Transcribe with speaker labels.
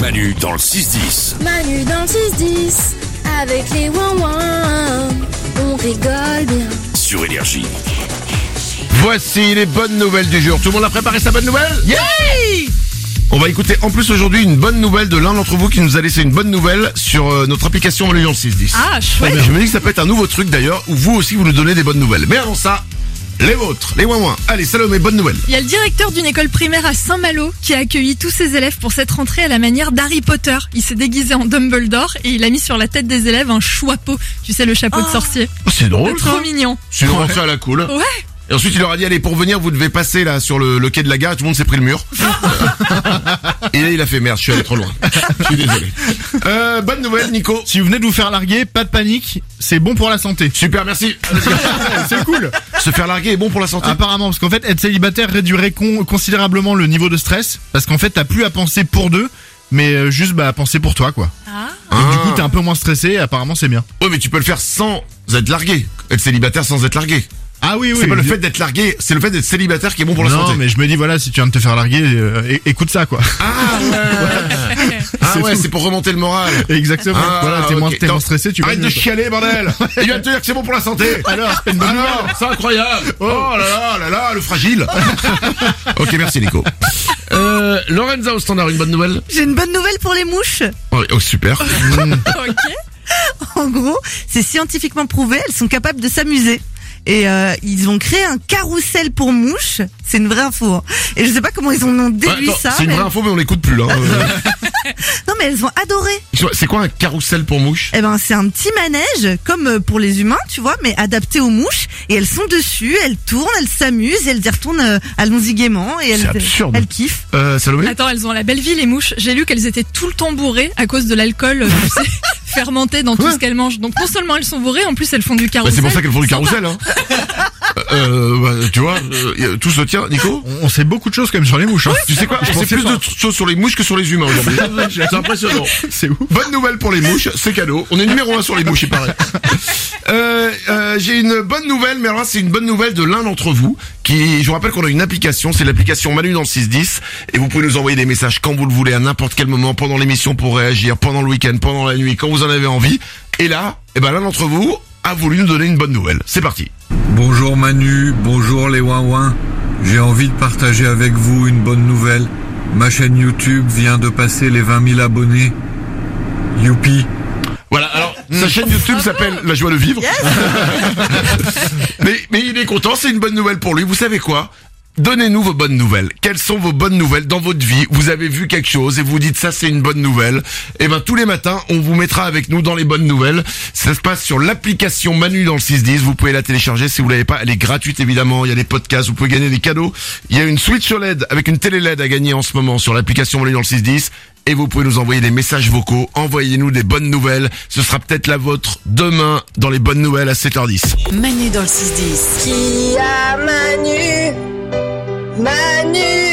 Speaker 1: Manu dans le 6-10.
Speaker 2: Manu dans le 6-10, avec les ouin-ouin, on rigole bien.
Speaker 1: Sur Énergie.
Speaker 3: Voici les bonnes nouvelles du jour. Tout le monde a préparé sa bonne nouvelle Yay on va écouter en plus aujourd'hui une bonne nouvelle de l'un d'entre vous qui nous a laissé une bonne nouvelle sur euh, notre application Lyon 610.
Speaker 4: Ah, chouette.
Speaker 3: Je me dis que ça peut être un nouveau truc d'ailleurs où vous aussi vous nous donnez des bonnes nouvelles. Mais avant ça, les vôtres, les moins Allez, Salomé, bonne nouvelle.
Speaker 4: Il y a le directeur d'une école primaire à Saint-Malo qui a accueilli tous ses élèves pour cette rentrée à la manière d'Harry Potter. Il s'est déguisé en Dumbledore et il a mis sur la tête des élèves un chapeau. Tu sais, le chapeau de sorcier.
Speaker 3: Oh, C'est drôle.
Speaker 4: Trop
Speaker 3: ça.
Speaker 4: mignon.
Speaker 3: C'est une rentrée à la cool.
Speaker 4: Ouais.
Speaker 3: Et ensuite, il leur a dit, allez, pour venir, vous devez passer là sur le, le quai de la gare. Et tout le monde s'est pris le mur. et là, il a fait merde, je suis allé trop loin. Je suis désolé. Euh, bonne nouvelle, Nico.
Speaker 5: Si vous venez de vous faire larguer, pas de panique, c'est bon pour la santé.
Speaker 3: Super, merci.
Speaker 5: c'est cool.
Speaker 3: Se faire larguer est bon pour la santé.
Speaker 5: Apparemment, parce qu'en fait, être célibataire réduirait con- considérablement le niveau de stress, parce qu'en fait, t'as plus à penser pour deux, mais euh, juste bah, à penser pour toi, quoi.
Speaker 4: Ah.
Speaker 5: Donc, du
Speaker 3: Ah.
Speaker 5: coup, t'es un peu moins stressé, et apparemment, c'est bien.
Speaker 3: Ouais, mais tu peux le faire sans être largué. Être célibataire sans être largué.
Speaker 5: Ah oui, oui.
Speaker 3: c'est pas le
Speaker 5: je-
Speaker 3: fait d'être largué, c'est le fait d'être célibataire qui est bon pour la
Speaker 5: non,
Speaker 3: santé.
Speaker 5: mais je me dis, voilà, si tu viens de te faire larguer, euh, é- écoute ça, quoi.
Speaker 3: Ah ouais, ah,
Speaker 5: C'est
Speaker 3: ouais
Speaker 5: tout.
Speaker 3: c'est pour remonter le moral.
Speaker 5: Exactement.
Speaker 3: Ah,
Speaker 5: voilà, t'es moins,
Speaker 3: ok.
Speaker 5: t'es moins
Speaker 3: Non,
Speaker 5: stressé, tu vas
Speaker 3: Arrête
Speaker 5: mieux,
Speaker 3: de
Speaker 5: quoi.
Speaker 3: chialer, bordel Il vient de te dire que c'est bon pour la santé
Speaker 5: Alors, c'est une bonne nouvelle.
Speaker 3: Alors, c'est incroyable Oh là là là là, le fragile Ok, merci Nico. Euh, Lorenza au standard, une bonne nouvelle
Speaker 6: J'ai une bonne nouvelle pour les mouches.
Speaker 3: Oh, oh, super.
Speaker 4: Ok.
Speaker 6: En gros, c'est scientifiquement prouvé, elles sont capables de s'amuser. Et euh, ils ont créé un carrousel pour mouches. C'est une vraie info. hein. Et je sais pas comment ils en ont déduit
Speaker 3: Ouais, Bah, attends,
Speaker 6: ça.
Speaker 3: c'est une
Speaker 6: mais-
Speaker 3: vraie info, mais on l'écoute plus là. Euh,
Speaker 6: Non, mais elles ont adoré.
Speaker 3: tu vois, c'est quoi un carrousel pour mouches
Speaker 6: Eh ben, c'est un petit manège, comme euh, pour les humains, tu vois, mais adapté aux mouches. Et elles sont dessus, elles tournent, elles s'amusent, elles y retournent, euh, allons-y gaiement. Et
Speaker 3: C'est
Speaker 6: elles,
Speaker 3: absurde.
Speaker 6: elles kiffent.
Speaker 3: euh, Salomé
Speaker 4: Attends, elles ont la belle vie, les mouches. J'ai lu qu'elles étaient tout le temps bourrées à cause de l'alcool, euh, tu sais, fermenté dans tout
Speaker 3: Ouais.
Speaker 4: ce qu'elles mangent. Donc non seulement elles sont bourrées, en plus elles font du
Speaker 3: Bah,
Speaker 4: carrousel.
Speaker 3: c'est pour ça qu'elles font du carrousel, hein. Euh, bah, tu vois, euh, y a- tout se tient, Nico.
Speaker 5: On- On sait beaucoup de choses quand même sur les mouches. hein.
Speaker 3: Tu sais quoi
Speaker 5: Je
Speaker 3: On sait
Speaker 5: pensais
Speaker 3: plus
Speaker 5: pas.
Speaker 3: de t- choses sur les mouches que sur les humains aujourd'hui. C'est impressionnant.
Speaker 5: C'est ouf.
Speaker 3: Bonne nouvelle pour les mouches, c'est cadeau. On est numéro un sur les mouches, il paraît. Euh, euh, J'ai une bonne nouvelle, mais alors là, c'est une bonne nouvelle de l'un d'entre vous. Qui, je vous rappelle qu'on a une application, c'est l'application Manu dans le 610, et vous pouvez nous envoyer des messages quand vous le voulez, à n'importe quel moment, pendant l'émission pour réagir, pendant le week-end, pendant la nuit, quand vous en avez envie. Et là, eh ben l'un d'entre vous a voulu nous donner une bonne nouvelle. C'est parti.
Speaker 7: Bonjour Manu, bonjour les Ouin J'ai envie de partager avec vous une bonne nouvelle. Ma chaîne YouTube vient de passer les 20 000 abonnés. Youpi
Speaker 3: Voilà, alors sa chaîne YouTube s'appelle La joie de vivre. mais, mais il est content, c'est une bonne nouvelle pour lui. Vous savez quoi Donnez-nous vos bonnes nouvelles. Quelles sont vos bonnes nouvelles dans votre vie Vous avez vu quelque chose et vous dites ça c'est une bonne nouvelle. Et ben tous les matins, on vous mettra avec nous dans les bonnes nouvelles. Ça se passe sur l'application Manu dans le 610. Vous pouvez la télécharger si vous l'avez pas. Elle est gratuite évidemment. Il y a des podcasts, vous pouvez gagner des cadeaux. Il y a une Switch OLED avec une télé LED à gagner en ce moment sur l'application Manu dans le 610 et vous pouvez nous envoyer des messages vocaux. Envoyez-nous des bonnes nouvelles. Ce sera peut-être la vôtre demain dans les bonnes nouvelles à 7h10.
Speaker 8: Manu dans le 6-10.
Speaker 2: Qui a Manu Manu